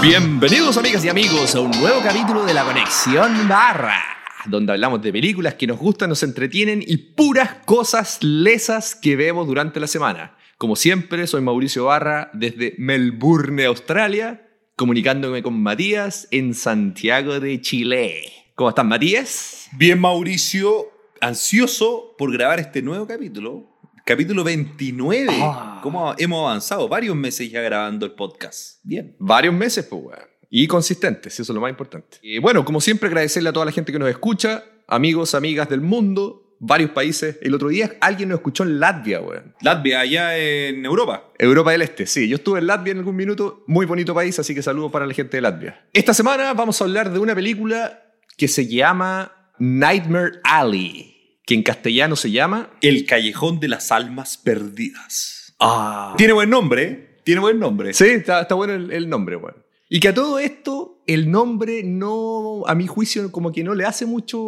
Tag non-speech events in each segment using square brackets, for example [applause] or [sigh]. Bienvenidos amigas y amigos a un nuevo capítulo de La Conexión Barra, donde hablamos de películas que nos gustan, nos entretienen y puras cosas lesas que vemos durante la semana. Como siempre, soy Mauricio Barra desde Melbourne, Australia, comunicándome con Matías en Santiago de Chile. ¿Cómo estás, Matías? Bien, Mauricio, ansioso por grabar este nuevo capítulo. Capítulo 29. Ah. ¿Cómo hemos avanzado? Varios meses ya grabando el podcast. Bien. Varios meses, pues, weón. Y consistentes, eso es lo más importante. Y bueno, como siempre, agradecerle a toda la gente que nos escucha, amigos, amigas del mundo, varios países. El otro día alguien nos escuchó en Latvia, weón. Latvia, allá en Europa. Europa del Este, sí. Yo estuve en Latvia en algún minuto, muy bonito país, así que saludos para la gente de Latvia. Esta semana vamos a hablar de una película que se llama Nightmare Alley, que en castellano se llama... El Callejón de las Almas Perdidas. Ah. Tiene buen nombre, ¿eh? Tiene buen nombre. Sí, está, está bueno el, el nombre, bueno. Y que a todo esto, el nombre no, a mi juicio, como que no le hace mucho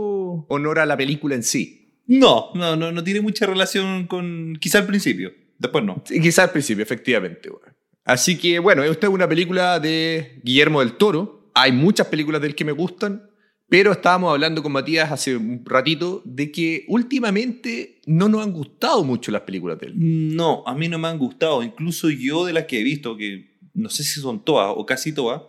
honor a la película en sí. No, no, no, no tiene mucha relación con. Quizá al principio. Después no. Sí, Quizás al principio, efectivamente, bueno. Así que, bueno, esta es una película de Guillermo del Toro. Hay muchas películas del que me gustan, pero estábamos hablando con Matías hace un ratito de que últimamente no nos han gustado mucho las películas de él. No, a mí no me han gustado. Incluso yo de las que he visto, que no sé si son todas o casi todas,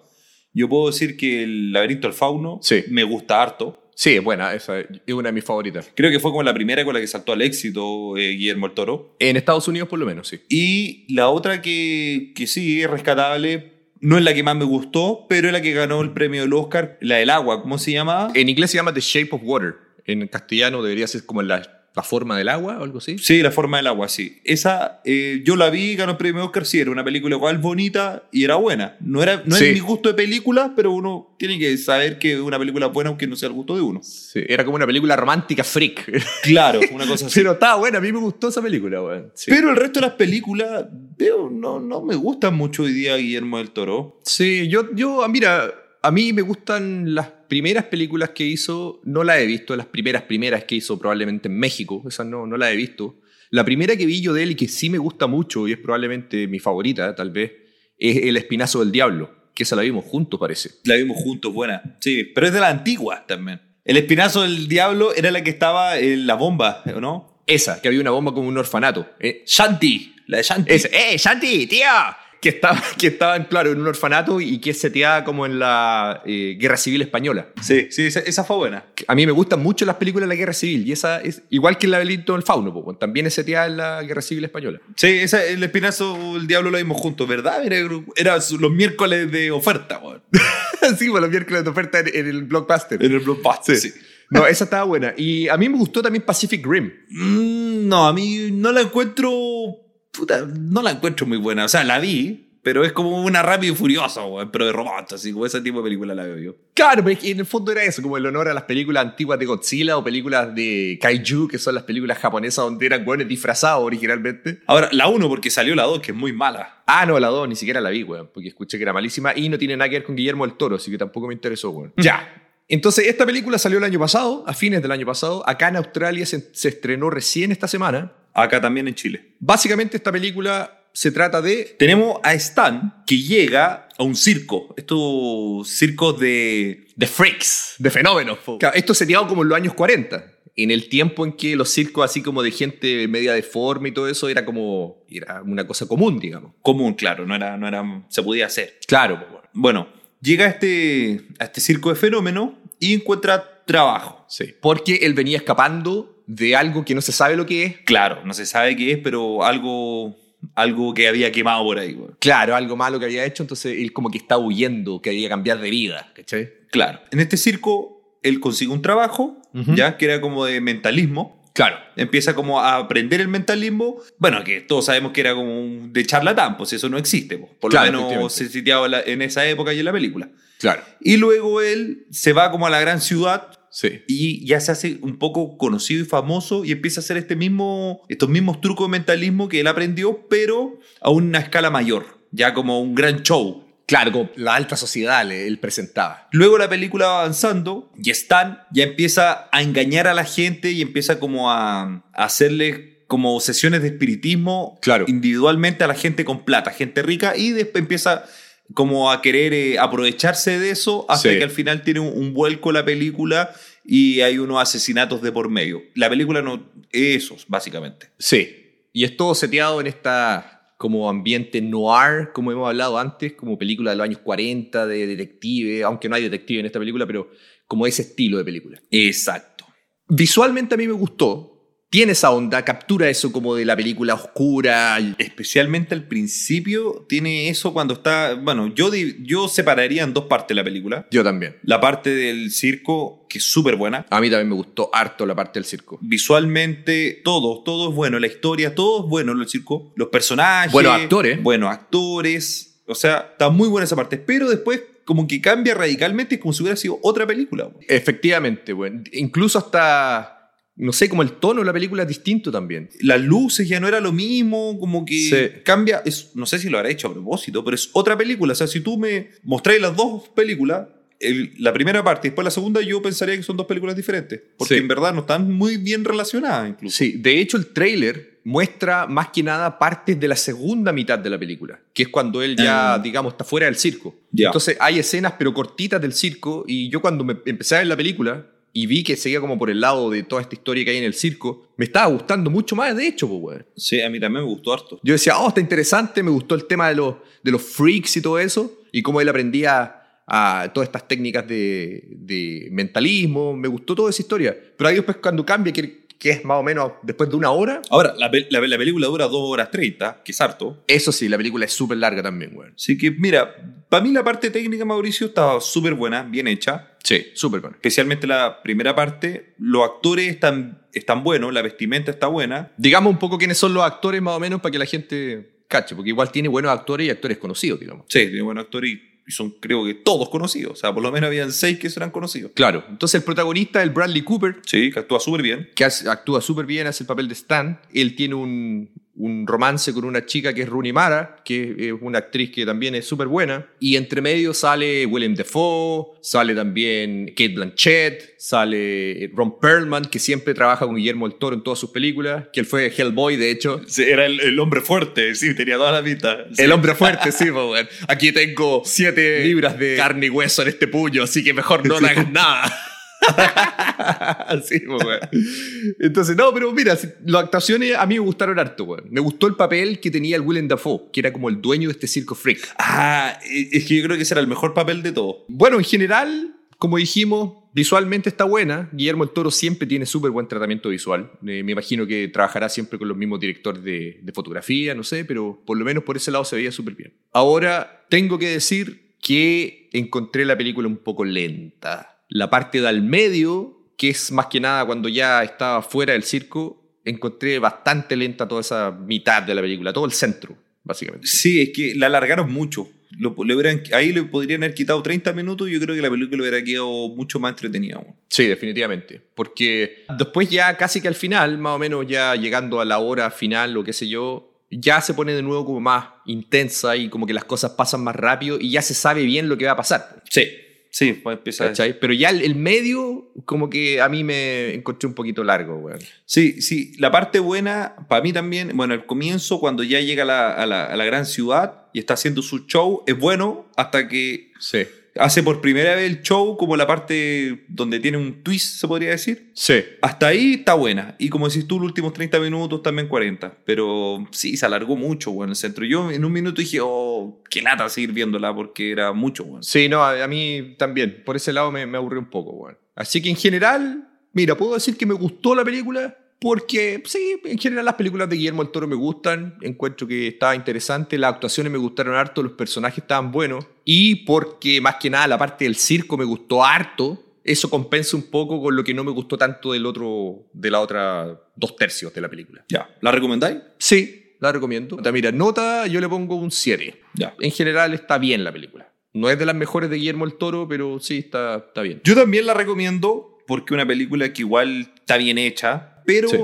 yo puedo decir que el laberinto del fauno Sí. me gusta harto. Sí, bueno, esa es una de mis favoritas. Creo que fue como la primera con la que saltó al éxito eh, Guillermo el Toro. En Estados Unidos, por lo menos, sí. Y la otra que, que sí es rescatable, no es la que más me gustó, pero es la que ganó el premio del Oscar, la del agua, ¿cómo se llamaba? En inglés se llama The Shape of Water. En castellano debería ser como la, la forma del agua o algo así. Sí, La forma del agua, sí. Esa eh, yo la vi, ganó el premio Oscar, sí, era una película igual bonita y era buena. No, era, no Sí. es mi gusto de películas, pero uno tiene que saber que una película es buena aunque no sea el gusto de uno. Sí, era como una película romántica freak. [laughs] Claro, una cosa así. Pero estaba buena, a mí me gustó esa película, weón. Sí. Pero el resto de las películas, veo, no, no me gustan mucho hoy día Guillermo del Toro. Sí, yo, yo, ah, mira, a mí me gustan las primeras películas que hizo, no las he visto, las primeras primeras que hizo probablemente en México, esas no, no las he visto. La primera que vi yo de él y que sí me gusta mucho y es probablemente mi favorita, tal vez, es El Espinazo del Diablo, que esa la vimos juntos, parece. La vimos juntos, buena. Sí, pero es de la antigua también. El espinazo del diablo era la que estaba en la bomba, ¿o no? Esa, que había una bomba como un orfanato. Eh, Shanti, la de Shanti. Ese, ¡eh, Shanti, tío! Que estaba, [laughs] que estaban, claro, en un orfanato y que seteaba como en la eh, Guerra Civil Española. Sí, sí, esa, esa fue buena. A mí me gustan mucho las películas de la Guerra Civil y esa es igual que el laberinto del fauno, po, también es seteada en la Guerra Civil Española. [laughs] Sí, esa, el espinazo del diablo la vimos juntos, ¿verdad? Era, era su- los miércoles de oferta, weón. sí, bueno, los miércoles de oferta en, en el blockbuster. En el blockbuster. Sí. No, esa estaba buena. Y a mí me gustó también Pacific Rim. Mm, no, a mí no la encuentro. Puta, no la encuentro muy buena. O sea, la vi, pero es como una rápido y furiosa, weón, pero de robots, así como ese tipo de película la veo yo. Claro, pero es que en el fondo era eso, como el honor a las películas antiguas de Godzilla o películas de Kaiju, que son las películas japonesas donde eran buenos disfrazados originalmente. Ahora, la 1 porque salió la 2, que es muy mala. Ah, no, la 2 ni siquiera la vi, weón, porque escuché que era malísima y no tiene nada que ver con Guillermo del Toro, así que tampoco me interesó, weón. Ya. Entonces, esta película salió el año pasado, a fines del año pasado, acá en Australia se, se estrenó recién esta semana. Acá también en Chile. Básicamente esta película se trata de... Tenemos a Stan que llega a un circo. Estos circos de. De freaks, de fenómenos. po. Claro, esto se tiraba como en los años 40, en el tiempo en que los circos así como de gente media deforme y todo eso era como... era una cosa común, digamos. común, claro, no era, no era. se podía hacer. Claro, po, weón. Bueno, llega a este, a este circo de fenómeno y encuentra trabajo. Sí. Porque él venía escapando de algo que no se sabe lo que es, Claro, no se sabe qué es, pero algo. algo que había quemado por ahí, güey. Claro, algo malo que había hecho, entonces él como que está huyendo, que había que cambiar de vida, ¿cachai? Claro. En este circo, él consigue un trabajo, Ujú. ya, que era como de mentalismo. Claro. Empieza como a aprender el mentalismo. Bueno, que todos sabemos que era como un de charlatán, pues eso no existe. pues. Por Claro, lo menos se efectivamente. sitiaba la- en esa época y en la película. Claro. Y luego él se va como a la gran ciudad Sí. y ya se hace un poco conocido y famoso y empieza a hacer este mismo, estos mismos trucos de mentalismo que él aprendió, pero a una escala mayor, ya como un gran show. Claro, como la alta sociedad le, él presentaba. Luego la película va avanzando y Stan ya empieza a engañar a la gente y empieza como a, a hacerle como sesiones de espiritismo Claro. individualmente a la gente con plata, gente rica, y después empieza como a querer eh, aprovecharse de eso hasta Sí. que al final tiene un, un vuelco la película y hay unos asesinatos de por medio. La película no... Esos, básicamente. Sí. Y es todo seteado en esta como ambiente noir, como hemos hablado antes, como película de los años 40, de detective, aunque no hay detective en esta película, pero como ese estilo de película. Exacto. Visualmente a mí me gustó. Tiene esa onda, captura eso como de la película oscura. Especialmente al principio tiene eso cuando está... Bueno, yo, di- yo separaría en dos partes la película. Yo también. La parte del circo, que es súper buena. A mí también me gustó harto la parte del circo. Visualmente, todo, todo es bueno. La historia, todo es bueno. El circo, los personajes. Buenos actores. Buenos actores. O sea, está muy buena esa parte. Pero después, como que cambia radicalmente, es como si hubiera sido otra película. güey. Efectivamente, bueno. Incluso hasta, no sé, como el tono de la película es distinto también. Las luces ya no era lo mismo, como que Sí. cambia. Es, no sé si lo habrá hecho a propósito, pero es otra película. O sea, si tú me mostráis las dos películas, el- la primera parte y después la segunda, yo pensaría que son dos películas diferentes. Porque Sí. en verdad no están muy bien relacionadas, incluso. Sí, de hecho el tráiler muestra más que nada partes de la segunda mitad de la película, que es cuando él ya, Ah. digamos, está fuera del circo. Ya. Entonces hay escenas pero cortitas del circo y yo cuando me empecé a ver la película y vi que seguía como por el lado de toda esta historia que hay en el circo, me estaba gustando mucho más, de hecho, pues, weón. Sí, a mí también me gustó harto. Yo decía, oh, está interesante, me gustó el tema de los, de los freaks y todo eso, y cómo él aprendía a todas estas técnicas de, de mentalismo, me gustó toda esa historia. Pero ahí después cuando cambia, que, que es más o menos después de una hora, Ahora, la, pel- la, la película dura 2 horas 30, que es harto. eso sí, la película es súper larga también, weón. Así que, mira, para mí la parte técnica, Mauricio, estaba súper buena, bien hecha. Sí, súper buena. Especialmente la primera parte. Los actores están, están buenos, la vestimenta está buena. Digamos un poco quiénes son los actores más o menos para que la gente cache, porque igual tiene buenos actores y actores conocidos, digamos. Sí, tiene buenos actores y- y son, creo que, todos conocidos. O sea, por lo menos habían seis que eran conocidos. Claro, entonces el protagonista, el Bradley Cooper, Sí, que actúa súper bien. que hace- actúa súper bien, hace el papel de Stan. Él tiene un, un romance con una chica que es Rooney Mara, que es una actriz que también es súper buena. Y entre medio sale Willem Dafoe, sale también Kate Blanchett, sale Ron Perlman, que siempre trabaja con Guillermo del Toro en todas sus películas, que él fue Hellboy, de hecho. era el, hombre fuerte, sí, tenía toda la pinta. El hombre fuerte, sí, po, weón. Aquí tengo 7 libras de carne y hueso en este puño, así que mejor no le hagas [laughs] nada. Así, po, weón. Entonces, no, pero mira, si- las actuaciones a mí me gustaron harto, weón. Me gustó el papel que tenía el Willem Dafoe, que era como el dueño de este circo freak. Ah, es que yo creo que ese era el mejor papel de todos. Bueno, en general, como dijimos, visualmente está buena. Guillermo el Toro siempre tiene súper buen tratamiento visual. Eh, me imagino que trabajará siempre con los mismos directores de, de fotografía, no sé, pero por lo menos por ese lado se veía súper bien. Ahora, tengo que decir que encontré la película un poco lenta. La parte del medio, que es más que nada cuando ya estaba fuera del circo, encontré bastante lenta toda esa mitad de la película, todo el centro, básicamente. Sí, es que la alargaron mucho. Lo, le hubieran, ahí le podrían haber quitado 30 minutos y yo creo que la película hubiera quedado mucho más entretenida. weón. Sí, definitivamente. Porque después ya casi que al final, más o menos ya llegando a la hora final o qué sé yo, ya se pone de nuevo como más intensa y como que las cosas pasan más rápido y ya se sabe bien lo que va a pasar. Sí, sí, para empezar. ¿cachai? Pero ya el, el medio como que a mí me encontré un poquito largo, weón. Sí, sí, la parte buena para mí también, bueno, el comienzo cuando ya llega a la, a la- a la gran ciudad y está haciendo su show, es bueno hasta que Sí, hace por primera vez el show como la parte donde tiene un twist, se podría decir. sí. Hasta ahí está buena. Y como decís tú, los últimos 30 minutos también 40. Pero sí, se alargó mucho, bueno, el centro. Yo en un minuto dije, oh, qué lata seguir viéndola porque era mucho, bueno. Sí, no, a, a mí también. Por ese lado me, me aburrí un poco, weón. Así que en general, mira, puedo decir que me gustó la película porque, sí, en general las películas de Guillermo del Toro me gustan. Encuentro que estaba interesante, las actuaciones me gustaron harto, los personajes estaban buenos. Y porque más que nada la parte del circo me gustó harto. Eso compensa un poco con lo que no me gustó tanto del otro, de la otra dos tercios de la película. Ya, ¿la recomendáis? Sí, la recomiendo. Mira, nota, yo le pongo un 7 Ya. en general está bien la película. No es de las mejores de Guillermo el Toro, pero sí está, está bien. Yo también la recomiendo porque una película que igual está bien hecha, pero Sí.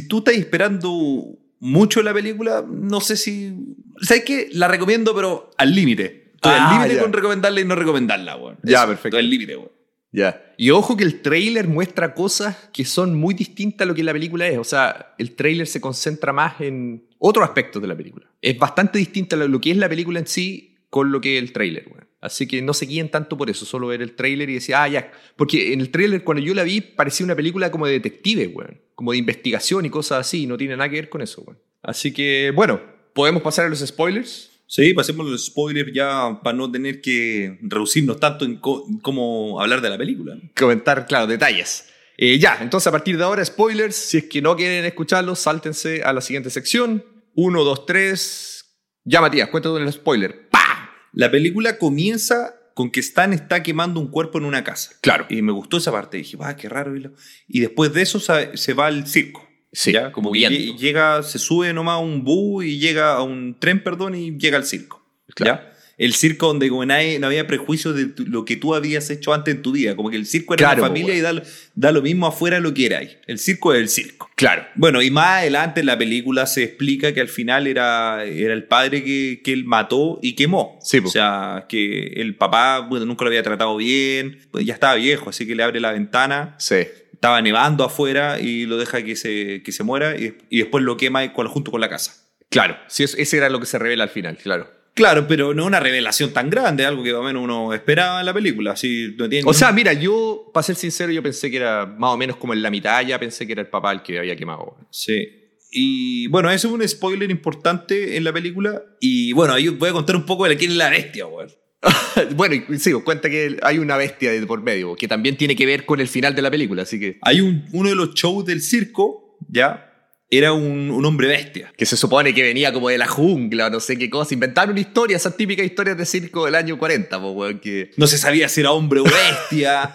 si tú estás esperando mucho la película, no sé si... ¿Sabes qué? La recomiendo, pero al límite. Estoy Ah, al límite ya. con recomendarla y no recomendarla, weón. Ya, Eso, perfecto. Estoy al límite, weón. Ya. Y ojo que el tráiler muestra cosas que son muy distintas a lo que la película es. O sea, el tráiler se concentra más en otros aspectos de la película. Es bastante distinta a lo que es la película en sí con lo que es el tráiler, weón. Así que no se guíen tanto por eso, solo ver el tráiler y decir, ah, ya. Porque en el tráiler, cuando yo la vi, parecía una película como de detective, weón. Como de investigación y cosas así, y no tiene nada que ver con eso, weón. Así que, bueno, ¿podemos pasar a los spoilers? Sí, pasemos los spoilers ya para no tener que reducirnos tanto en, co- en cómo hablar de la película. Comentar, claro, detalles. Eh, ya, entonces a partir de ahora, spoilers. Si es que no quieren escucharlos, sáltense a la siguiente sección. Uno, dos, tres. Ya, Matías, cuéntanos el spoiler. ¡Pah! La película comienza con que Stan está quemando un cuerpo en una casa. Claro. Y me gustó esa parte. Dije, va, qué raro. y lo- Y después de eso sa- se va al circo. Sí, ¿ya? Como que huyendo. lle- llega, se sube nomás a un bus y llega a un tren, perdón, y llega al circo. Claro. ¿ya? El circo donde como nadie- no había prejuicios de tu- lo que tú habías hecho antes en tu vida. Como que el circo era Claro, po, la familia weón. y da, lo- da lo mismo afuera lo que era ahí. El circo es el circo. Claro. Bueno, y más adelante en la película se explica que al final era, era el padre que, que él mató y quemó. Sí, po. o sea, que el papá bueno, nunca lo había tratado bien, pues ya estaba viejo, así que le abre la ventana, Sí. estaba nevando afuera y lo deja que se, que se muera y, y después lo quema y con- junto con la casa. Claro. Sí, eso- ese era lo que se revela al final, claro. Claro, pero no es una revelación tan grande, algo que más o menos uno esperaba en la película. Así, no tiene O sea, mira, yo, para ser sincero, yo pensé que era más o menos como en la mitad, ya pensé que era el papá el que había quemado. [laughs] weón. Sí. Y bueno, eso es un spoiler importante en la película. Y bueno, ahí os voy a contar un poco de quién es la bestia, weón. bueno, y sí, pues, cuenta que hay una bestia de por medio, que también tiene que ver con el final de la película, así que... Hay un, uno de los shows del circo, ¿ya? Era un, un hombre bestia. Que se supone que venía como de la jungla, no sé qué cosa. Inventaron una historia, esas típicas historias de circo del año 40, pues, weón, que... No se sabía si era hombre o bestia,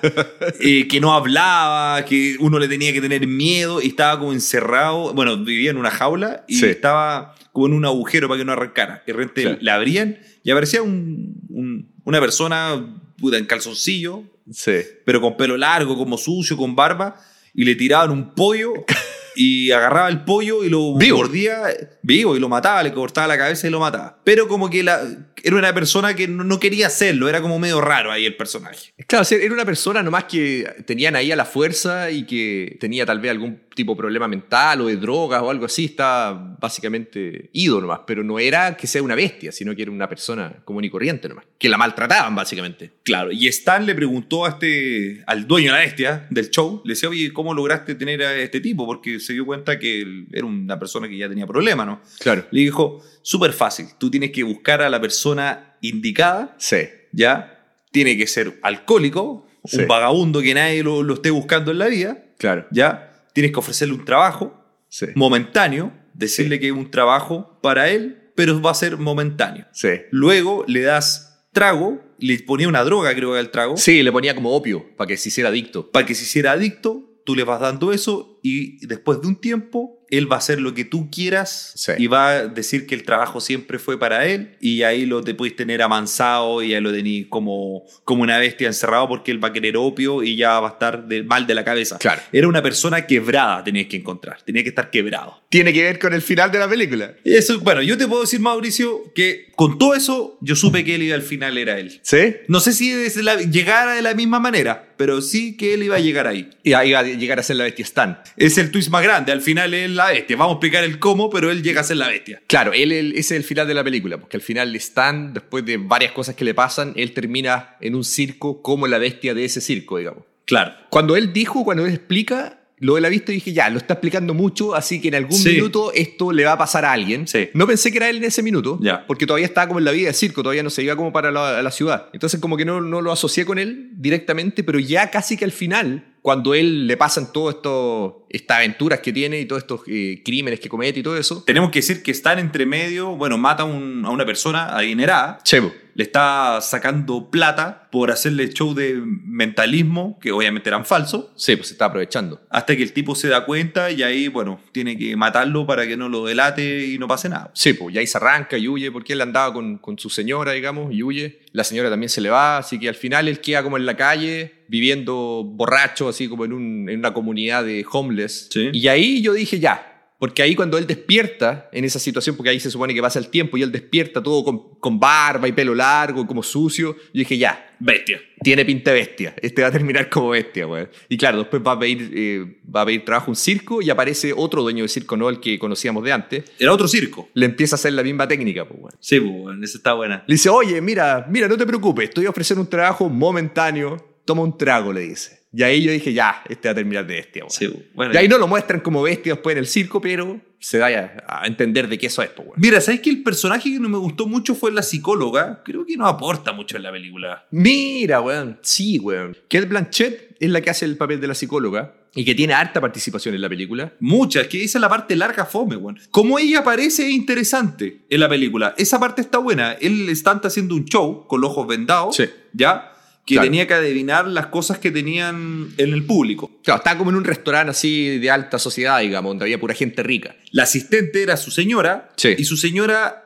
eh, que no hablaba, que uno le tenía que tener miedo y estaba como encerrado. Bueno, vivía en una jaula y Sí. estaba como en un agujero para que no arrancara. De repente Claro. la abrían y aparecía un- un- una persona puta, en calzoncillo, Sí. pero con pelo largo, como sucio, con barba, y le tiraban un pollo y agarraba el pollo y lo Vivo. mordía vivo y lo mataba, le cortaba la cabeza y lo mataba. Pero como que la, era una persona que no, no quería hacerlo, era como medio raro ahí el personaje. Claro, o sea, era una persona nomás que tenían ahí a la fuerza y que tenía tal vez algún tipo de problema mental o de drogas o algo así. Está básicamente ido nomás, pero no era que sea una bestia, sino que era una persona común y corriente nomás. Que la maltrataban, básicamente. Claro, y Stan le preguntó a este, al dueño de la bestia del show, le decía, oye, ¿cómo lograste tener a este tipo? Porque se dio cuenta que él era una persona que ya tenía problemas, ¿no? Claro. Le dijo, súper fácil, tú tienes que buscar a la persona indicada Sí. ¿ya? Tiene que ser alcohólico, Sí. un vagabundo que nadie lo, lo esté buscando en la vida, Claro. ¿ya? Tienes que ofrecerle un trabajo Sí. momentáneo, decirle que es un trabajo para él, pero va a ser momentáneo. Sí. Luego le das trago, le ponía una droga, creo que al trago, Sí, le ponía como opio para que se hiciera adicto. para que se hiciera adicto, tú le vas dando eso y después de un tiempo, él va a hacer lo que tú quieras Sí. y va a decir que el trabajo siempre fue para él y ahí lo te puedes tener amansado y ahí lo tenés como, como una bestia encerrado porque él va a querer opio y ya va a estar de- mal de la cabeza. Claro. Era una persona quebrada, tenías que encontrar, tenía que estar quebrado. Tiene que ver con el final de la película. Y Eso, bueno, yo te puedo decir, Mauricio, que con todo eso yo supe que él iba- al final era él. ¿Sí? No sé si es la- llegara de la misma manera, pero sí que él iba a llegar ahí. Y ahí va a llegar a ser la bestia Stan. Es el twist más grande, al final es la bestia. Vamos a explicar el cómo, pero él llega a ser la bestia. Claro, él, él- ese es el final de la película, porque al final Stan, después de varias cosas que le pasan, él termina en un circo como la bestia de ese circo, digamos. Claro. Cuando él dijo, cuando él explica lo de la vista, dije, ya, lo está explicando mucho, así que en algún Sí. minuto esto le va a pasar a alguien. Sí. No pensé que era él en ese minuto, Ya. porque todavía estaba como en la vida de circo, todavía no se iba como para la, a la ciudad. Entonces como que no, no lo asocié con él directamente, pero ya casi que al final, cuando él le pasan todas estas aventuras que tiene y todos estos eh, crímenes que comete y todo eso. Tenemos que decir que están entre medio, bueno, mata a, un- a una persona adinerada, Chevo. le está sacando plata por hacerle show de mentalismo, que obviamente eran falsos, Sí, pues se está aprovechando. hasta que el tipo se da cuenta y ahí, bueno, tiene que matarlo para que no lo delate y no pase nada. Sí, pues ya ahí se arranca y huye, porque él andaba con, con su señora, digamos, y huye. La señora también se le va, así que al final él queda como en la calle, viviendo borracho, así como en, un- en una comunidad de homeless. Sí. Y ahí yo dije, ya, Porque ahí cuando él despierta en esa situación, porque ahí se supone que pasa el tiempo y él despierta todo con, con barba y pelo largo, como sucio, yo dije, ya, Bestia. tiene pinta de bestia. Este va a terminar como bestia, weón. Y claro, después va a pedir, eh, va a pedir trabajo a un circo y aparece otro dueño de circo, no el que conocíamos de antes. Era otro circo. Le empieza a hacer la misma técnica, pues, weón. Sí, pues, weón, esa está buena. Le dice, oye, mira, mira, no te preocupes, estoy ofreciendo un trabajo momentáneo, toma un trago, le dice. Y ahí yo dije, ya, este va a terminar de bestia, weón. Sí, pues, bueno. Y ahí no lo muestran como bestia después en el circo, pero se da ya a entender de qué eso es, pues, weón. Mira, ¿sabes que el personaje que no me gustó mucho fue la psicóloga? Creo que no aporta mucho en la película. Mira, weón. Sí, weón. Kate Blanchett es la que hace el papel de la psicóloga y que tiene harta participación en la película. Muchas, que esa es la parte larga fome, weón. Como ella aparece es interesante en la película. Esa parte está buena. Él está haciendo un show con los ojos vendados, Sí. ¿ya? Que Claro. tenía que adivinar las cosas que tenían en el público. Claro, estaba como en un restaurante así de alta sociedad, digamos, donde había pura gente rica. La asistente era su señora Sí. y su señora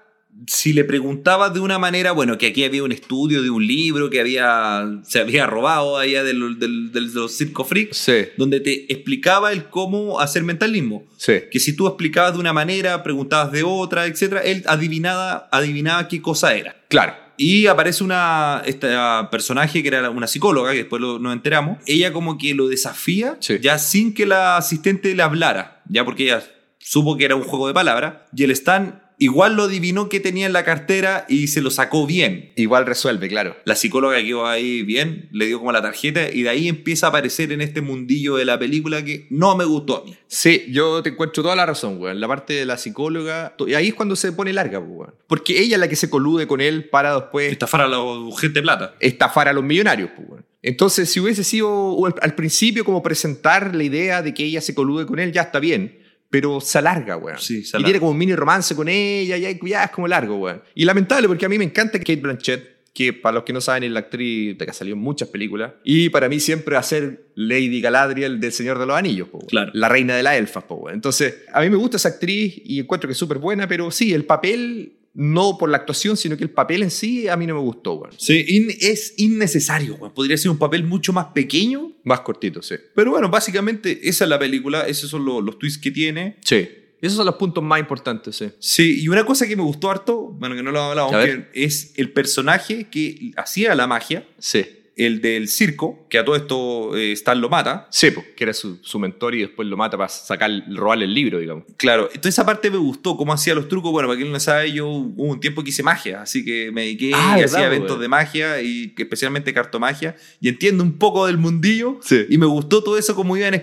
si le preguntaba de una manera, bueno, que aquí había un estudio de un libro que había se había robado allá del, del, del- de los circo freaks, Sí, donde te explicaba el cómo hacer mentalismo. sí. Que si tú explicabas de una manera, preguntabas de otra, etcétera, él adivinaba, adivinaba qué cosa era. Claro. Y aparece una esta personaje que era la- una psicóloga, que después lo- nos enteramos. Ella como que lo desafía, Sí. ya sin que la asistente le hablara, ya porque ella supo que era un juego de palabras. Y el Stan igual lo adivinó que tenía en la cartera y se lo sacó bien. Igual resuelve, claro. La psicóloga quedó ahí bien, le dio como la tarjeta y de ahí empieza a aparecer en este mundillo de la película que no me gustó a mí. Sí, yo te encuentro toda la razón, weón. La parte de la psicóloga. to- Y ahí es cuando se pone larga, pues, weón. Porque ella es la que se colude con él para después Estafar a la gente plata. estafar a los millonarios, pues, weón. Entonces, si hubiese sido o al, al principio como presentar la idea de que ella se colude con él, ya está bien. Pero se alarga, weón. Sí, se y alarga. tiene como un mini romance con ella, ya, ya es como largo, weón. Y lamentable, porque a mí me encanta Kate Blanchett, que para los que no saben es la actriz de que salió en muchas películas. Y para mí siempre va a ser Lady Galadriel del Señor de los Anillos, po, weón. Claro. La reina de las elfas, po, weón. Entonces, a mí me gusta esa actriz y encuentro que es súper buena, pero sí, el papel, no por la actuación, sino que el papel en sí a mí no me gustó, weón. Sí, in- es innecesario, weón. podría ser un papel mucho más pequeño Más cortito, sí. Pero bueno, básicamente esa es la película, esos son lo- los twists que tiene. Sí. Esos son los puntos más importantes, sí. Sí, y una cosa que me gustó harto, bueno, que no lo hablamos, A que ver. es el personaje que hacía la magia, Sí. el del circo, que a todo esto eh, Stan lo mata. Sí, po, que era su, su mentor y después lo mata para sacar, robarle el libro, digamos. Claro, entonces esa parte me gustó, cómo hacía los trucos. Bueno, para quien no sabe, yo hubo un tiempo que hice magia, así que me dediqué Ah, y ¿verdad, hacía eventos güey? de magia, y especialmente cartomagia, y entiendo un poco del mundillo. Sí. Y me gustó todo eso, como iban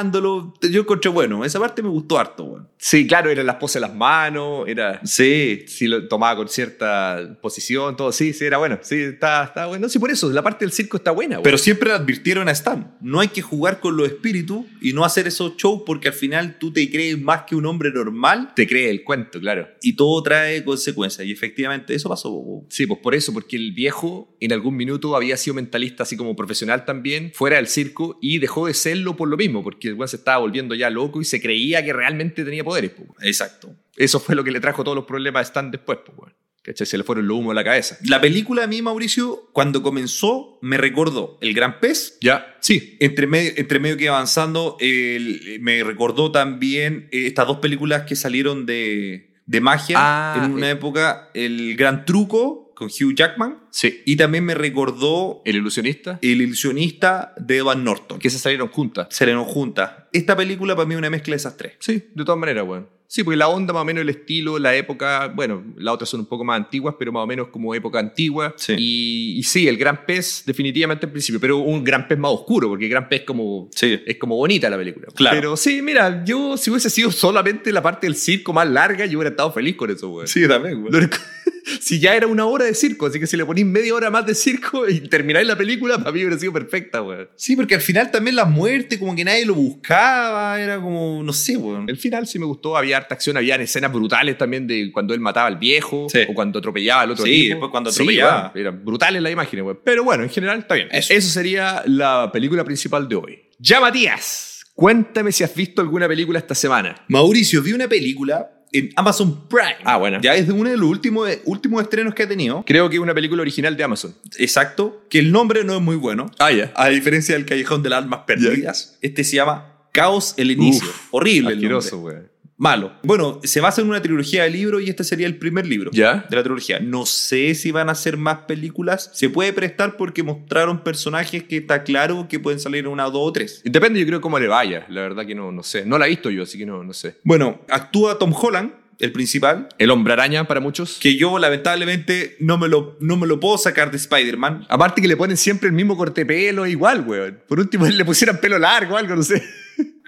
explicándolo. Yo encontré, bueno, esa parte me gustó harto, bueno. Sí, claro, eran las poses de las manos, era... Sí, Si lo tomaba con cierta posición, todo, sí, sí, era bueno. Sí, está, está bueno. Sí, por eso, la parte del circo está buena, güey. Pero siempre le advirtieron a Stan, no hay que jugar con los espíritus y no hacer esos shows porque al final tú te crees más que un hombre normal te cree el cuento, claro. y todo trae consecuencias. Y efectivamente eso pasó. Bobo. Sí, pues por eso, porque el viejo en algún minuto había sido mentalista así como profesional también, fuera del circo, y dejó de serlo por lo mismo, porque el weón se estaba volviendo ya loco y se creía que realmente tenía poderes, pues, po, weón. Exacto. Eso fue lo que le trajo todos los problemas a Stan después, pues, weón. ¿Cachai? Se le fueron los humos a la cabeza. La película a mí, Mauricio, cuando comenzó, me recordó El Gran Pez. Ya, sí. Entre medio, entre medio que iba avanzando, el- me recordó también eh, estas dos películas que salieron de, de magia Ah, en una eh. época, El Gran Truco con Hugh Jackman. Sí. Y también me recordó El ilusionista, El ilusionista de Edward Norton, que que se salieron juntas. se nos junta. Esta película para mí es una mezcla de esas tres. Sí, de todas maneras, weón. Sí, porque la onda, más o menos el estilo, la época, bueno, las otras son un poco más antiguas, pero más o menos como época antigua. Sí. Y, y sí, el gran pez, definitivamente al principio, pero un gran pez más oscuro, porque el gran pez como Sí. es como bonita la película. Claro. Pero sí, mira, yo si hubiese sido solamente la parte del circo más larga, yo hubiera estado feliz con eso, weón. Sí, también, Lo único- [laughs] si ya era una hora de circo, así que si le ponís media hora más de circo y termináis la película, para mí hubiera sido perfecta, weón. Sí, porque al final también la muerte, como que nadie lo buscaba, era como, no sé, weón. El final sí me gustó, había harta acción, había escenas brutales también de cuando él mataba al viejo Sí. o cuando atropellaba al otro Sí, tipo. después cuando atropellaba. weón, eran brutales las imágenes, weón. Pero bueno, en general está bien. Eso. sería la película principal de hoy. Ya, Matías, cuéntame si has visto alguna película esta semana. Mauricio, vi una película en Amazon Prime. Ah, buena. Ya es de uno de los últimos, últimos estrenos que ha tenido. Creo que es una película original de Amazon. Exacto. Que el nombre no es muy bueno. Ah, ya. A diferencia del Callejón de las Almas Perdidas, este se llama Caos el Inicio. Uf, Horrible el nombre. Asqueroso, weón. malo. Bueno, se basa en una trilogía de libros y este sería el primer libro ¿Ya? de la trilogía. No sé si van a hacer más películas. Se puede prestar porque mostraron personajes que está claro que pueden salir en una, dos o tres. Depende, yo creo, cómo le vaya. La verdad que no, no sé. No la he visto yo, así que no, no sé. Bueno, actúa Tom Holland, el principal, El hombre araña para muchos. que yo lamentablemente no me lo, no me lo puedo sacar de Spider-Man. Aparte que le ponen siempre el mismo corte de pelo, igual, weón. Por último, [laughs] le pusieran pelo largo, algo, no sé.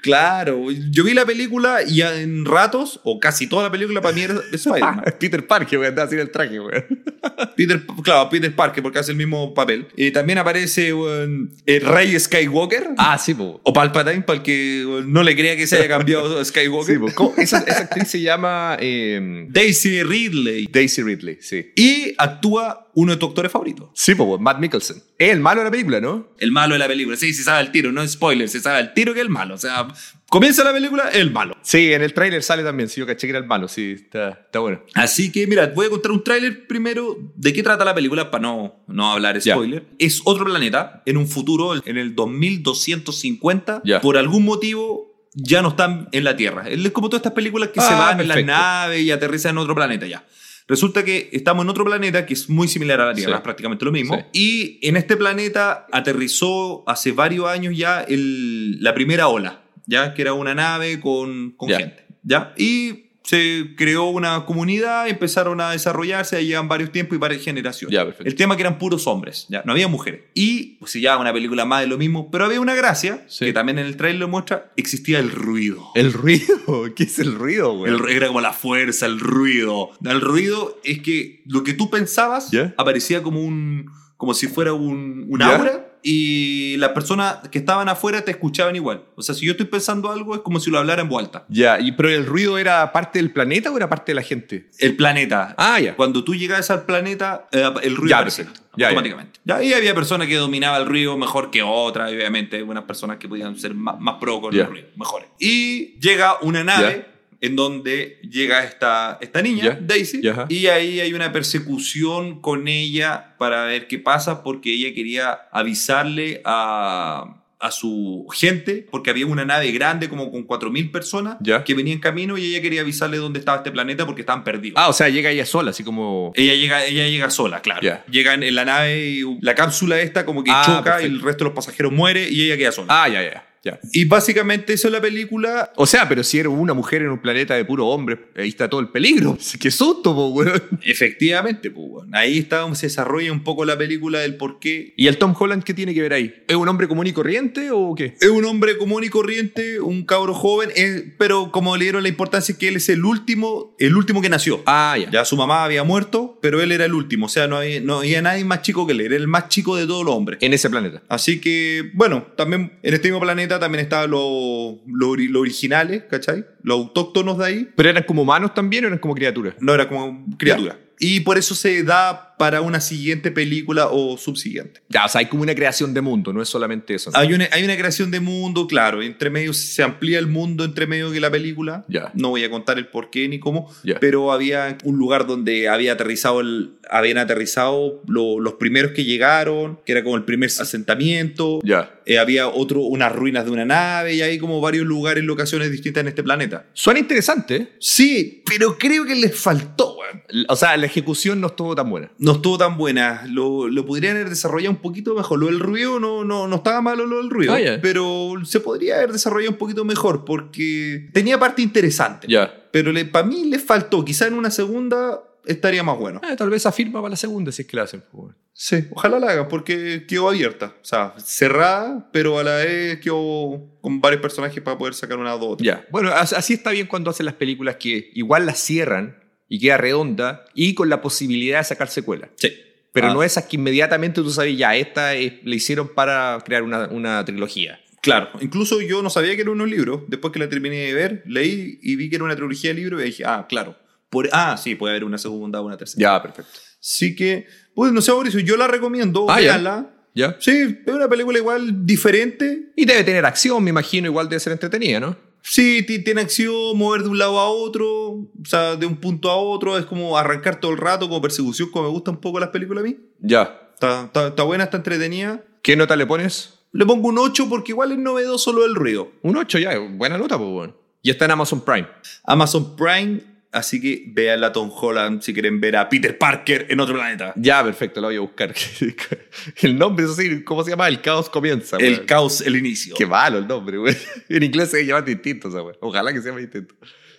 Claro, yo vi la película y en ratos, o casi toda la película para mí era de Ah. [laughs] Spider-Man. Peter Parker, weón, andaba sin el traje, weón. Peter, claro, Peter Parker, porque hace el mismo papel. Eh, también aparece weón, el Rey Skywalker. Ah, sí, po. O Palpatine, para el que weón, no le crea que se [laughs] haya cambiado a Skywalker. Sí, po. ¿Cómo? Esa, esa actriz se llama eh, Daisy Ridley. Daisy Ridley, sí. Y actúa uno de tus actores favoritos. Sí, po, Matt Mickelson. Es el malo de la película, ¿no? El malo de la película. Sí, se sabe el tiro, no es spoiler, se sabe el tiro que es el malo. O sea, comienza la película, el malo. Sí, en el tráiler sale también, sí, yo caché que era el malo, sí, está, está bueno. Así que, mira, voy a contar un tráiler primero de qué trata la película para no, no hablar Ya. spoiler. Es otro planeta, en un futuro, en el 2250, Ya. por algún motivo ya no están en la Tierra. Es como todas estas películas que se Ah, van en las perfecto. naves y aterrizan en otro planeta ya. Resulta que estamos en otro planeta que es muy similar a la Tierra, Sí. es prácticamente lo mismo. Y en este planeta aterrizó hace varios años ya el- la primera ola, ya que era una nave con, con Ya. gente. ¿ya? Y se creó una comunidad, empezaron a desarrollarse, ahí llevan varios tiempos y varias generaciones. Ya, perfecto. El tema que eran puros hombres, ¿ya? no había mujeres. Y pues, ya una película más de lo mismo, pero había una gracia, Sí. Eh. que también en el trailer lo muestra, existía el ruido. El ruido, [laughs] ¿qué es el ruido, güey? El ru- era como la fuerza, el ruido. El ruido es que lo que tú pensabas Ya. aparecía como un como si fuera un, un Ya. aura y las personas que estaban afuera te escuchaban igual. O sea, si yo estoy pensando algo es como si lo hablara en voz alta. Ya, y, pero el ruido era parte del planeta o era parte de la gente? El planeta. Ah, ya. Cuando tú llegabas al planeta, eh, el ruido Ya, aparecía perfecto. Ya, ya. automáticamente. Ya, y había personas que dominaba el ruido mejor que otras, y obviamente, unas personas que podían ser más, más pro con Ya. el ruido, mejores. Y llega una nave en donde llega esta, esta niña, Ya. Daisy, Ya, ajá. y ahí hay una persecución con ella para ver qué pasa, porque ella quería avisarle a a su gente, porque había una nave grande como con 4.000 personas Ya. que venía en camino y ella quería avisarle dónde estaba este planeta porque estaban perdidos. Ah, o sea, llega ella sola, así como... Ella llega, ella llega sola, claro. Ya. Llega en, en la nave y la cápsula esta como que Ah, choca perfecto. y el resto de los pasajeros muere y ella queda sola. Ah, ya, ya, ya. Y básicamente eso es la película. O sea, pero si era una mujer en un planeta de puro hombre, ahí está todo el peligro. [laughs] ¡Qué susto, po, weón! Efectivamente, pues, bueno, ahí está donde se desarrolla un poco la película del por qué. ¿Y el Tom Holland qué tiene que ver ahí? ¿Es un hombre común y corriente o qué? Es un hombre común y corriente, un cabro joven, es- pero como le dieron la importancia es que él es el último, el último que nació. Ah, ya. Ya su mamá había muerto, pero él era el último, o sea, no había, no había nadie más chico que él, era el más chico de todos los hombres. En ese planeta. Así que, bueno, también en este mismo planeta también estaban los los ori- los originales, ¿cachai? Los autóctonos de ahí. ¿Pero eran como humanos también o eran como criaturas? No era como criatura. Y por eso se da para una siguiente película o subsiguiente. Ya, o sea, hay como una creación de mundo, no es solamente eso. ¿no? Hay una, hay una creación de mundo, claro. Entre medio se amplía el mundo, entre medio que la película. Ya. No voy a contar el por qué ni cómo. Ya. Pero había un lugar donde había aterrizado el- habían aterrizado lo- los primeros que llegaron, que era como el primer asentamiento. Ya. Eh, había otro, unas ruinas de una nave y hay como varios lugares, locaciones distintas en este planeta. Suena interesante. ¿eh? Sí, pero creo que les faltó, weón. L- O sea, la ejecución no estuvo tan buena. No estuvo tan buena. Lo, lo podrían haber desarrollado un poquito mejor. Lo del ruido no, no, no estaba malo, lo del ruido. Ah, ya. Pero se podría haber desarrollado un poquito mejor porque tenía parte interesante. Ya. Pero para mí les faltó. Quizá en una segunda estaría más bueno. Eh, tal vez afirma para la segunda si es que la hacen. pues, weón. Sí, ojalá la hagan porque quedó abierta. O sea, cerrada, pero a la vez quedó con varios personajes para poder sacar una o dos. Ya. Bueno, as- así está bien cuando hacen las películas que igual las cierran y queda redonda y con la posibilidad de sacar secuelas. Sí. Pero Ah. no esas que inmediatamente tú sabes, ya, esta es- la hicieron para crear una, una trilogía. Claro, incluso yo no sabía que era unos libros. Después que la terminé de ver, leí y vi que era una trilogía de libros y dije, ah, claro. Por, ah, sí, puede haber una segunda o una tercera. Ya, perfecto. Así que, pues no sé, Mauricio, yo la recomiendo. Ah, ya. véanla. ¿Ya? Sí, es una película igual diferente. Y debe tener acción, me imagino, igual debe ser entretenida, ¿no? Sí, ti- tiene acción, mover de un lado a otro, o sea, de un punto a otro, es como arrancar todo el rato, como persecución, como me gustan un poco las películas a mí. Ya. Está, está- está buena, está entretenida. ¿Qué nota le pones? Le pongo un 8 porque igual es novedoso lo del ruido. Un 8 ya, buena nota, pues, bueno. Y está en Amazon Prime. Amazon Prime, así que vean la Tom Holland si quieren ver a Peter Parker en otro planeta. Ya, perfecto, la voy a buscar. [laughs] el nombre es así, ¿cómo se llama? El caos comienza. El weón. caos, el inicio. Qué malo el nombre, güey. [laughs] En inglés se llama distinto, o sea, güey. Ojalá que se llame distinto.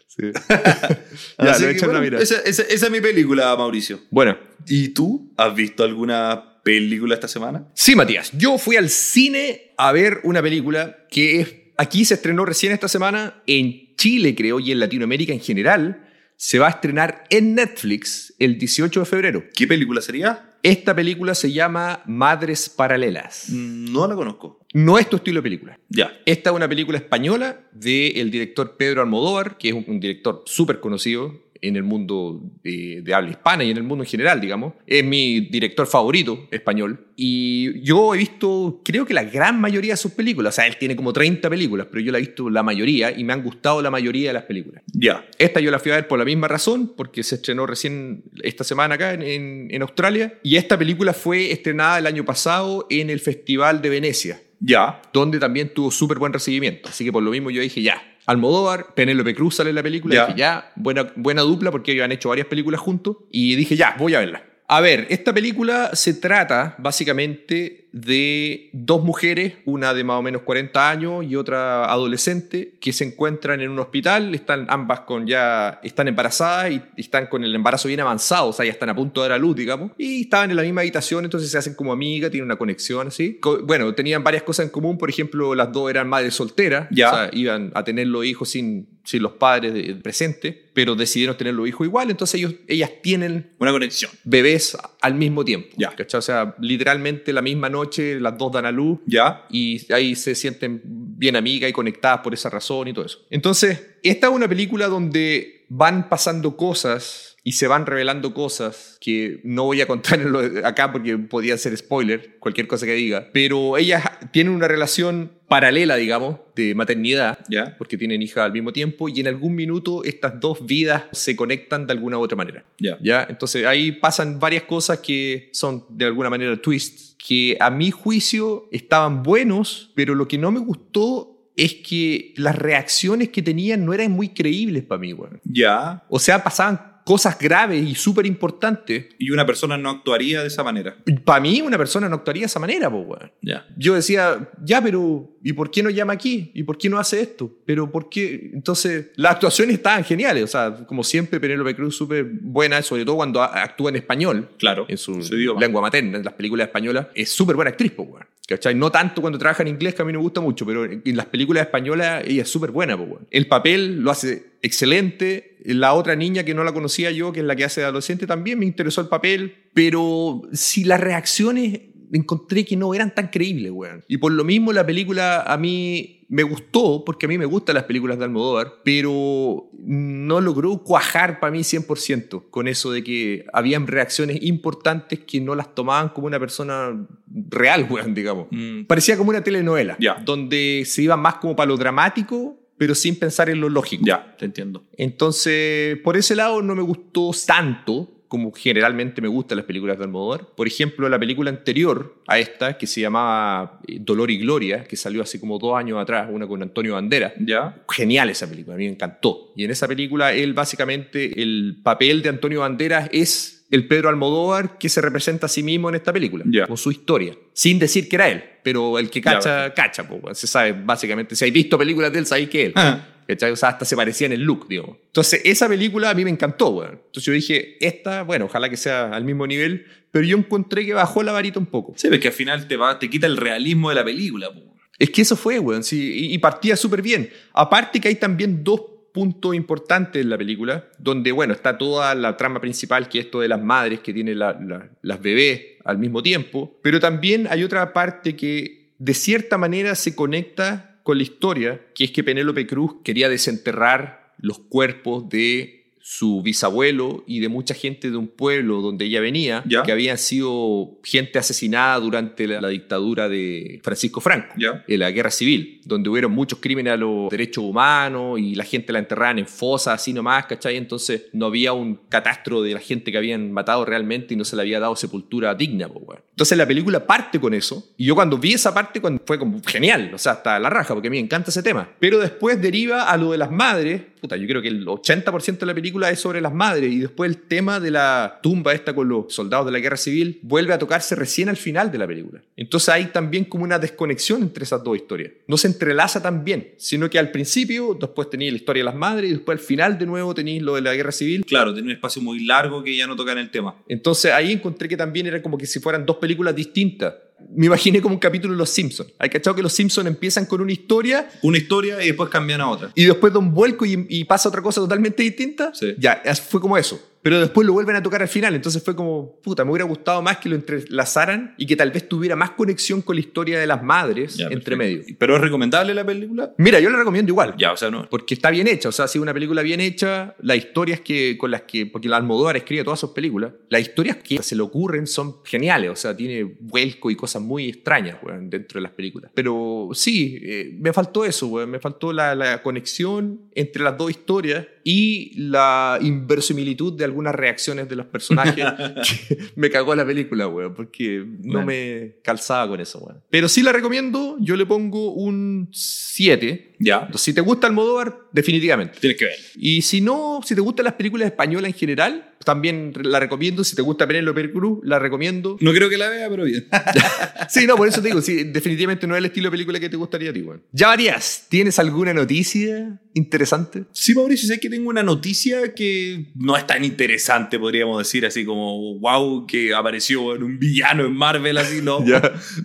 Sí. [laughs] ya, Así lo he que, hecho una bueno, mirada. esa, esa- esa es mi película, Mauricio. Bueno, ¿Y tú? ¿Has visto alguna película esta semana? Sí, Matías, yo fui al cine a ver una película que es- aquí se estrenó recién esta semana, en Chile creo y en Latinoamérica en general, se va a estrenar en Netflix el 18 de febrero. ¿Qué película sería? Esta película se llama Madres Paralelas. Mm, No la conozco. No es tu estilo de película. Ya. Esta es una película española del director Pedro Almodóvar, que es un, un director súper conocido en el mundo eh, de, de habla hispana y en el mundo en general, digamos. Es mi director favorito español. Y yo he visto, creo que la gran mayoría de sus películas. O sea, él tiene como 30 películas, pero yo la he visto la mayoría y me han gustado la mayoría de las películas. Ya. Esta yo la fui a ver por la misma razón, porque se estrenó recién esta semana acá en, en- en Australia. Y esta película fue estrenada el año pasado en el Festival de Venecia Ya. donde también tuvo súper buen recibimiento. Así que por lo mismo yo dije, ya, Almodóvar, Penélope Cruz sale en la película, Ya. dije, ya, buena, buena dupla porque ellos han hecho varias películas juntos y dije, ya, voy a verla. A ver, esta película se trata básicamente de dos mujeres, una de más o menos 40 años y otra adolescente, que se encuentran en un hospital, están ambas con ya, están embarazadas y están con el embarazo bien avanzado, o sea, ya están a punto de dar a luz, digamos, y estaban en la misma habitación, entonces se hacen como amigas, tienen una conexión así. Co- Bueno, tenían varias cosas en común, por ejemplo, las dos eran madres solteras, Ya. o sea, iban a tener los hijos sin, sin los padres de- presentes, pero decidieron tener los hijos igual, entonces ellos, ellas tienen Una conexión. bebés al mismo tiempo. Ya. ¿cachai? O sea, literalmente la misma noche las dos dan a luz Ya. y ahí se sienten bien amigas y conectadas por esa razón y todo eso. Entonces, esta es una película donde van pasando cosas y se van revelando cosas que no voy a contar en lo- acá porque podría ser spoiler, cualquier cosa que diga, pero ellas tienen una relación paralela, digamos, de maternidad Ya. porque tienen hija al mismo tiempo y en algún minuto estas dos vidas se conectan de alguna u otra manera. Ya. ¿Ya? Entonces ahí pasan varias cosas que son de alguna manera twists, que a mi juicio estaban buenos, pero lo que no me gustó es que las reacciones que tenían no eran muy creíbles para mí, weón. Ya. O sea, pasaban cosas graves y súper importantes. Y una persona no actuaría de esa manera. Para mí una persona no actuaría de esa manera, pues, weón. Ya. Yo decía, ya, pero ¿y por qué no llama aquí? ¿Y por qué no hace esto? Pero ¿por qué? Entonces, las actuaciones estaban geniales. O sea, como siempre, Penélope Cruz súper buena, sobre todo cuando a- actúa en español, Claro. en su, Su idioma. lengua materna, en las películas españolas. Es súper buena actriz, po, weón. ¿Cachai? No tanto cuando trabaja en inglés, que a mí me gusta mucho, pero en en las películas españolas ella es súper buena, po, weón. El papel lo hace excelente. La otra niña que no la conocía yo, que es la que hace de adolescente, también me interesó el papel. Pero si las reacciones encontré que no eran tan creíbles, weón. Y por lo mismo la película a mí me gustó, porque a mí me gustan las películas de Almodóvar, pero no logró cuajar para mí 100% con eso de que habían reacciones importantes que no las tomaban como una persona real, weón, digamos. Mm. Parecía como una telenovela, Ya. donde se iba más como para lo dramático, pero sin pensar en lo lógico. Ya. Te entiendo. Entonces, por ese lado no me gustó tanto como generalmente me gustan las películas de Almodóvar. Por ejemplo, la película anterior a esta, que se llamaba eh, Dolor y Gloria, que salió hace como dos años atrás, una con Antonio Banderas. Ya. Genial esa película, a mí me encantó. Y en esa película, él básicamente, el papel de Antonio Banderas es el Pedro Almodóvar que se representa a sí mismo en esta película, Ya. con su historia, sin decir que era él, pero el que Ya, cacha, cacha, po, se sabe básicamente, si hay visto películas de él, sabéis que es él. Ah. ¿Cachai? O sea, hasta se parecía en el look, digamos. Entonces, esa película a mí me encantó, weón. Entonces yo dije, esta, bueno, ojalá que sea al mismo nivel, pero yo encontré que bajó la varita un poco. Sí, ves que al final te, va, te quita el realismo de la película. po. Es que eso fue, weón, sí, y, y partía súper bien. Aparte que hay también dos puntos importantes en la película, donde, bueno, está toda la trama principal, que es esto de las madres que tienen la- la- las bebés al mismo tiempo, pero también hay otra parte que de cierta manera se conecta con la historia, que es que Penélope Cruz quería desenterrar los cuerpos de su bisabuelo y de mucha gente de un pueblo donde ella venía, Ya. que habían sido gente asesinada durante la, la dictadura de Francisco Franco, Ya. en eh, la guerra civil, donde hubieron muchos crímenes a los derechos humanos y la gente la enterraban en fosas así nomás, ¿cachai? Entonces no había un catastro de la gente que habían matado realmente y no se le había dado sepultura digna, po, weón. Entonces la película parte con eso y yo cuando vi esa parte cuando- fue como genial, o sea, hasta la raja, porque a mí me encanta ese tema. Pero después deriva a lo de las madres, puta, yo creo que el 80% de la película es sobre las madres y después el tema de la tumba esta con los soldados de la guerra civil vuelve a tocarse recién al final de la película. Entonces hay también como una desconexión entre esas dos historias. No se entrelaza tan bien, sino que al principio, después tenéis la historia de las madres y después al final de nuevo tenéis lo de la guerra civil. Claro, tiene un espacio muy largo que ya no tocan el tema. Entonces ahí encontré que también era como que si fueran dos películas distintas. Me imaginé como un capítulo de Los Simpsons. Hay cachado que Los Simpsons empiezan con una historia Una historia y después cambian a otra. y después da un vuelco y, y pasa otra cosa totalmente distinta. Sí. Ya, es- fue como eso. Pero después lo vuelven a tocar al final. Entonces fue como, puta, me hubiera gustado más que lo entrelazaran y que tal vez tuviera más conexión con la historia de las madres Ya, entre perfecto. medio. ¿Pero es recomendable la película? Mira, yo la recomiendo igual. Ya, o sea, no. Porque está bien hecha, o sea, ha sido una película bien hecha, las historias que, con las que, porque la Almodóvar escribe todas sus películas, las historias que se le ocurren son geniales, o sea, tiene vuelco y cosas muy extrañas, weón, dentro de las películas. Pero sí, eh, me faltó eso, weón, me faltó la, la conexión entre las dos historias y la inverosimilitud de algunas reacciones de los personajes que me cagó la película, weón, porque no Bueno. me calzaba con eso, weón. Pero sí la recomiendo, yo le pongo un 7. Ya. Entonces, si te gusta Almodóvar, definitivamente. Tienes que ver. Y si no, si te gustan las películas españolas en general, también la recomiendo. Si te gusta Penélope Cruz, la recomiendo. No creo que la vea, [laughs] pero bien. Sí, no, por eso te digo, sí, definitivamente no es el estilo de película que te gustaría a ti, weón. Ya varias, ¿tienes alguna noticia interesante? Sí, Mauricio, sé que tengo una noticia que no es tan interesante, podríamos decir, así como, wow, que apareció en un villano en Marvel, [laughs] así, ¿no?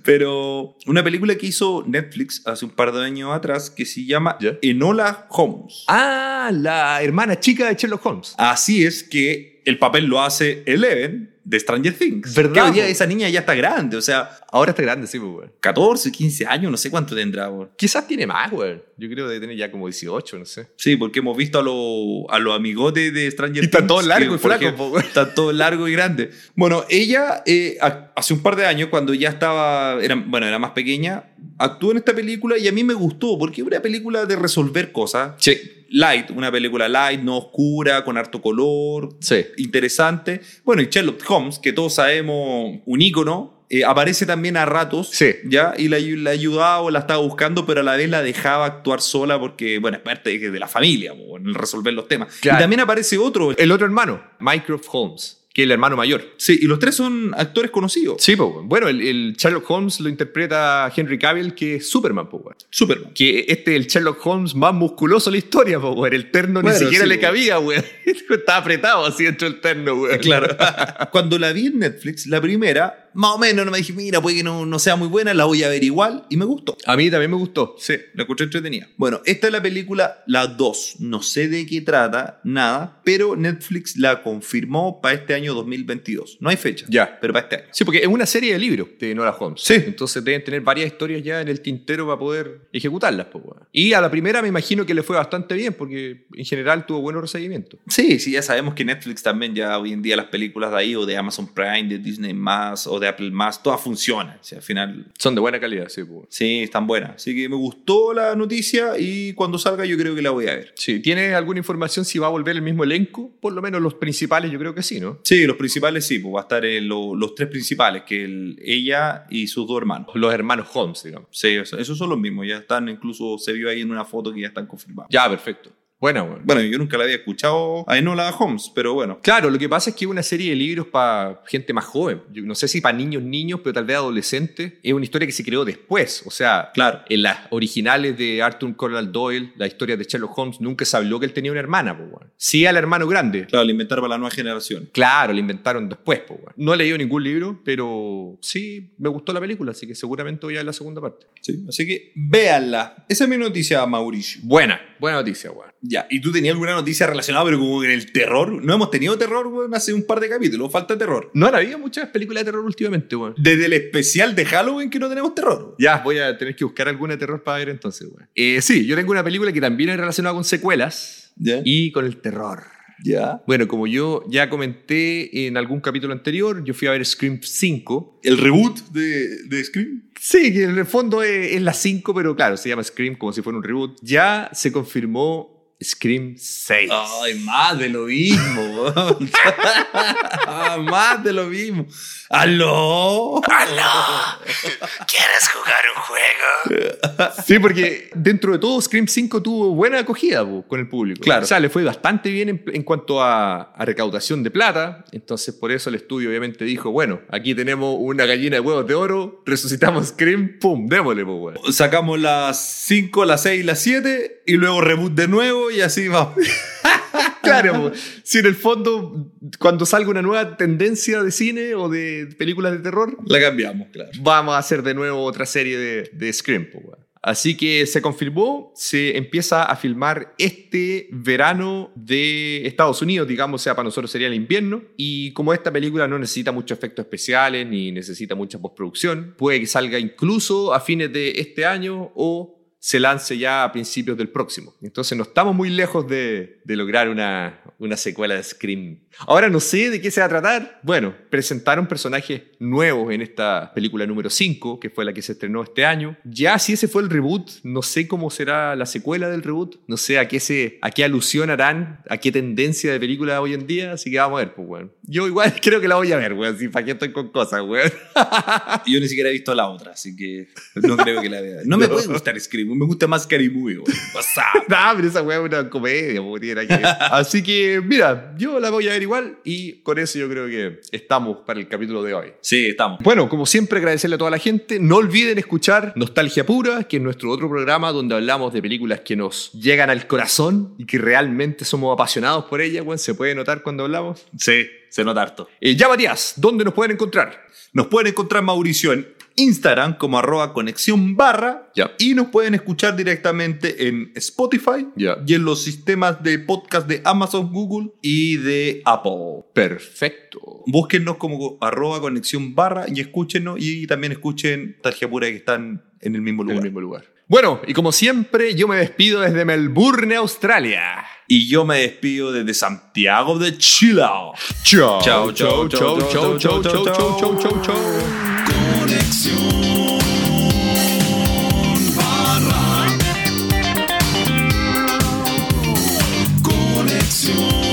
Pero una película que hizo Netflix hace un par de años atrás que se llama Ya. Enola Holmes. Ah, la hermana chica de Sherlock Holmes. Así es que el papel lo hace Eleven de Stranger Things. ¿Verdad, Que hoy día po? esa niña ya está grande, o sea, Ahora está grande, sí, pues, weón. 14, 15 años, no sé cuánto tendrá. po. Quizás tiene más, weón. Yo creo que tiene ya como 18, no sé. Sí, porque hemos visto a los a los amigotes de Stranger Y están todos que, largos y por flacos, ejemplo, po, weón. Están todos largos y grandes. Bueno, ella eh, ha- hace un par de años, cuando ya estaba, era, bueno, era más pequeña, actuó en esta película y a mí me gustó, porque es una película de resolver cosas. Sí, Light, una película light, no oscura, con harto color, sí. interesante. Bueno, y Sherlock Holmes, que todos sabemos, un ícono, eh, aparece también a ratos. Sí. ¿Ya? Y la, ayu- la ayudaba o la estaba buscando, pero a la vez la dejaba actuar sola porque, bueno, es parte de de la familia, po, en resolver los temas. Claro. Y también aparece otro. eh, El otro hermano, Mycroft Holmes, que es el hermano mayor. Sí, y los tres son actores conocidos. Sí, po, weón. bueno, el, el Sherlock Holmes lo interpreta Henry Cavill, que es Superman, po, weón. Superman. que este es el Sherlock Holmes más musculoso de la historia, po, weón. el terno Bueno, ni siquiera sí, le po. cabía, weón. [laughs] estaba apretado así dentro del terno, weón. Claro. [laughs] Cuando la vi en Netflix, la primera, más o menos, no me dije, mira, puede que no, no sea muy buena, la voy a ver igual, y me gustó. A mí también me gustó. Sí, la escuché entretenida. Bueno, esta es la película La 2. No sé de qué trata, nada, pero Netflix la confirmó para este año 2022. No hay fecha. Ya. Pero para este año. Sí, porque es una serie de libros de Nora Holmes. Sí. Entonces deben tener varias historias ya en el tintero para poder ejecutarlas, po, weón. Y a la primera me imagino que le fue bastante bien, porque en general tuvo buenos recibimientos. Sí, sí, ya sabemos que Netflix también ya hoy en día las películas de ahí o de Amazon Prime, de Disney Más o de Apple Más, todas funcionan. O sea, al final Son de buena calidad, sí, po, weón. sí, están buenas. Así que me gustó la noticia y cuando salga yo creo que la voy a ver. Sí, ¿tienes alguna información si va a volver el mismo elenco? Por lo menos los principales, yo creo que sí, ¿no? Sí, los principales sí, pues va a estar en lo- los tres principales, que el- ella y sus dos hermanos. Los hermanos Holmes, digamos. Sí, o sea, esos son los mismos, ya están, incluso se vio ahí en una foto que ya están confirmados. Ya, perfecto. Bueno, bueno. Bueno, yo nunca la había escuchado a Enola Holmes, pero bueno. Claro, lo que pasa es que es una serie de libros para gente más joven. Yo no sé si para niños, niños, pero tal vez adolescentes. Es una historia que se creó después. O sea, Claro. en las originales de Arthur Conan Doyle, la historia de Sherlock Holmes, nunca se habló que él tenía una hermana. po, weón. sí al hermano grande. Claro, la inventar para la nueva generación. Claro, la inventaron después. po, weón. no he leído ningún libro, pero sí me gustó la película, así que seguramente voy a ver la segunda parte. Sí. Así que véanla. Esa es mi noticia, Mauricio. Buena, buena noticia, weón. Ya, ¿y tú tenías alguna noticia relacionada, pero como en el terror? No hemos tenido terror, weón, hace un par de capítulos. Falta terror. No han habido muchas películas de terror últimamente, weón. Desde el especial de Halloween que no tenemos terror. weón. Ya, voy a tener que buscar alguna de terror para ver entonces, güey. Eh, sí, yo tengo una película que también es relacionada con secuelas Ya. y con el terror. Ya. Bueno, como yo ya comenté en algún capítulo anterior, yo fui a ver Scream 5. El reboot de, de Scream. Sí, que en el fondo es, es la 5, pero claro, se llama Scream como si fuera un reboot. Ya se confirmó Scream 6. Ay, más de lo mismo. weón. [laughs] Ah, más de lo mismo. ¡Aló! ¡Aló! ¿Quieres jugar un juego? Sí, porque dentro de todo Scream 5 tuvo buena acogida po, con el público. Claro. O sea, le fue bastante bien en, en cuanto a, a recaudación de plata. Entonces, por eso el estudio obviamente dijo, bueno, aquí tenemos una gallina de huevos de oro, resucitamos Scream, pum, démosle, pues, weón. Sacamos las 5, las 6 y las 7 y luego reboot de nuevo y así vamos. [laughs] Claro, po. si en el fondo, cuando salga una nueva tendencia de cine o de películas de terror, La cambiamos, claro. vamos a hacer de nuevo otra serie de, de Scream. po, weón. Así que se confirmó, se empieza a filmar este verano de Estados Unidos, digamos, o sea, para nosotros sería el invierno. Y como esta película no necesita muchos efectos especiales ni necesita mucha postproducción, puede que salga incluso a fines de este año o se lance ya a principios del próximo. Entonces no estamos muy lejos de, de lograr una, una secuela de Scream. Ahora no sé de qué se va a tratar. Bueno, presentaron personajes nuevos en esta película número 5, que fue la que se estrenó este año. Ya si ese fue el reboot, no sé cómo será la secuela del reboot. No sé a qué, se, a qué alusión harán, a qué tendencia de película hoy en día. Así que vamos a ver, pues, weón. Yo igual [laughs] creo que la voy a ver, weón. Si para qué estoy con cosas, weón. [laughs] Yo ni siquiera he visto la otra, así que no creo que la vea. No me No. puede gustar Scream, me gusta más Scary Movie, güey. Pasado. Nah, pero esa weá es una comedia, po, tiene nada que ver. Así que, mira, yo la voy a ver igual y con eso yo creo que estamos para el capítulo de hoy. Sí, estamos. Bueno, como siempre, agradecerle a toda la gente. No olviden escuchar Nostalgia Pura, que es nuestro otro programa donde hablamos de películas que nos llegan al corazón y que realmente somos apasionados por ellas. Bueno, se puede notar cuando hablamos. Sí, se nota harto. Eh, ya, Matías, ¿dónde nos pueden encontrar? Nos pueden encontrar Mauricio en Instagram como arroba conexión barra Ya. y nos pueden escuchar directamente en Spotify Ya. y en los sistemas de podcast de Amazon, Google y de Apple. Perfecto. Búsquennos como arroba conexión barra y escúchenos y también escuchen Tarja Pura que están en el mismo En el lugar. mismo lugar. Bueno, y como siempre, yo me despido desde Melbourne, Australia. Y yo me despido desde Santiago de Chile. Chao. Chao, chao, chao, chao, chao, chao, chao, chao, chao, chao. Conexión Barra. Conexión.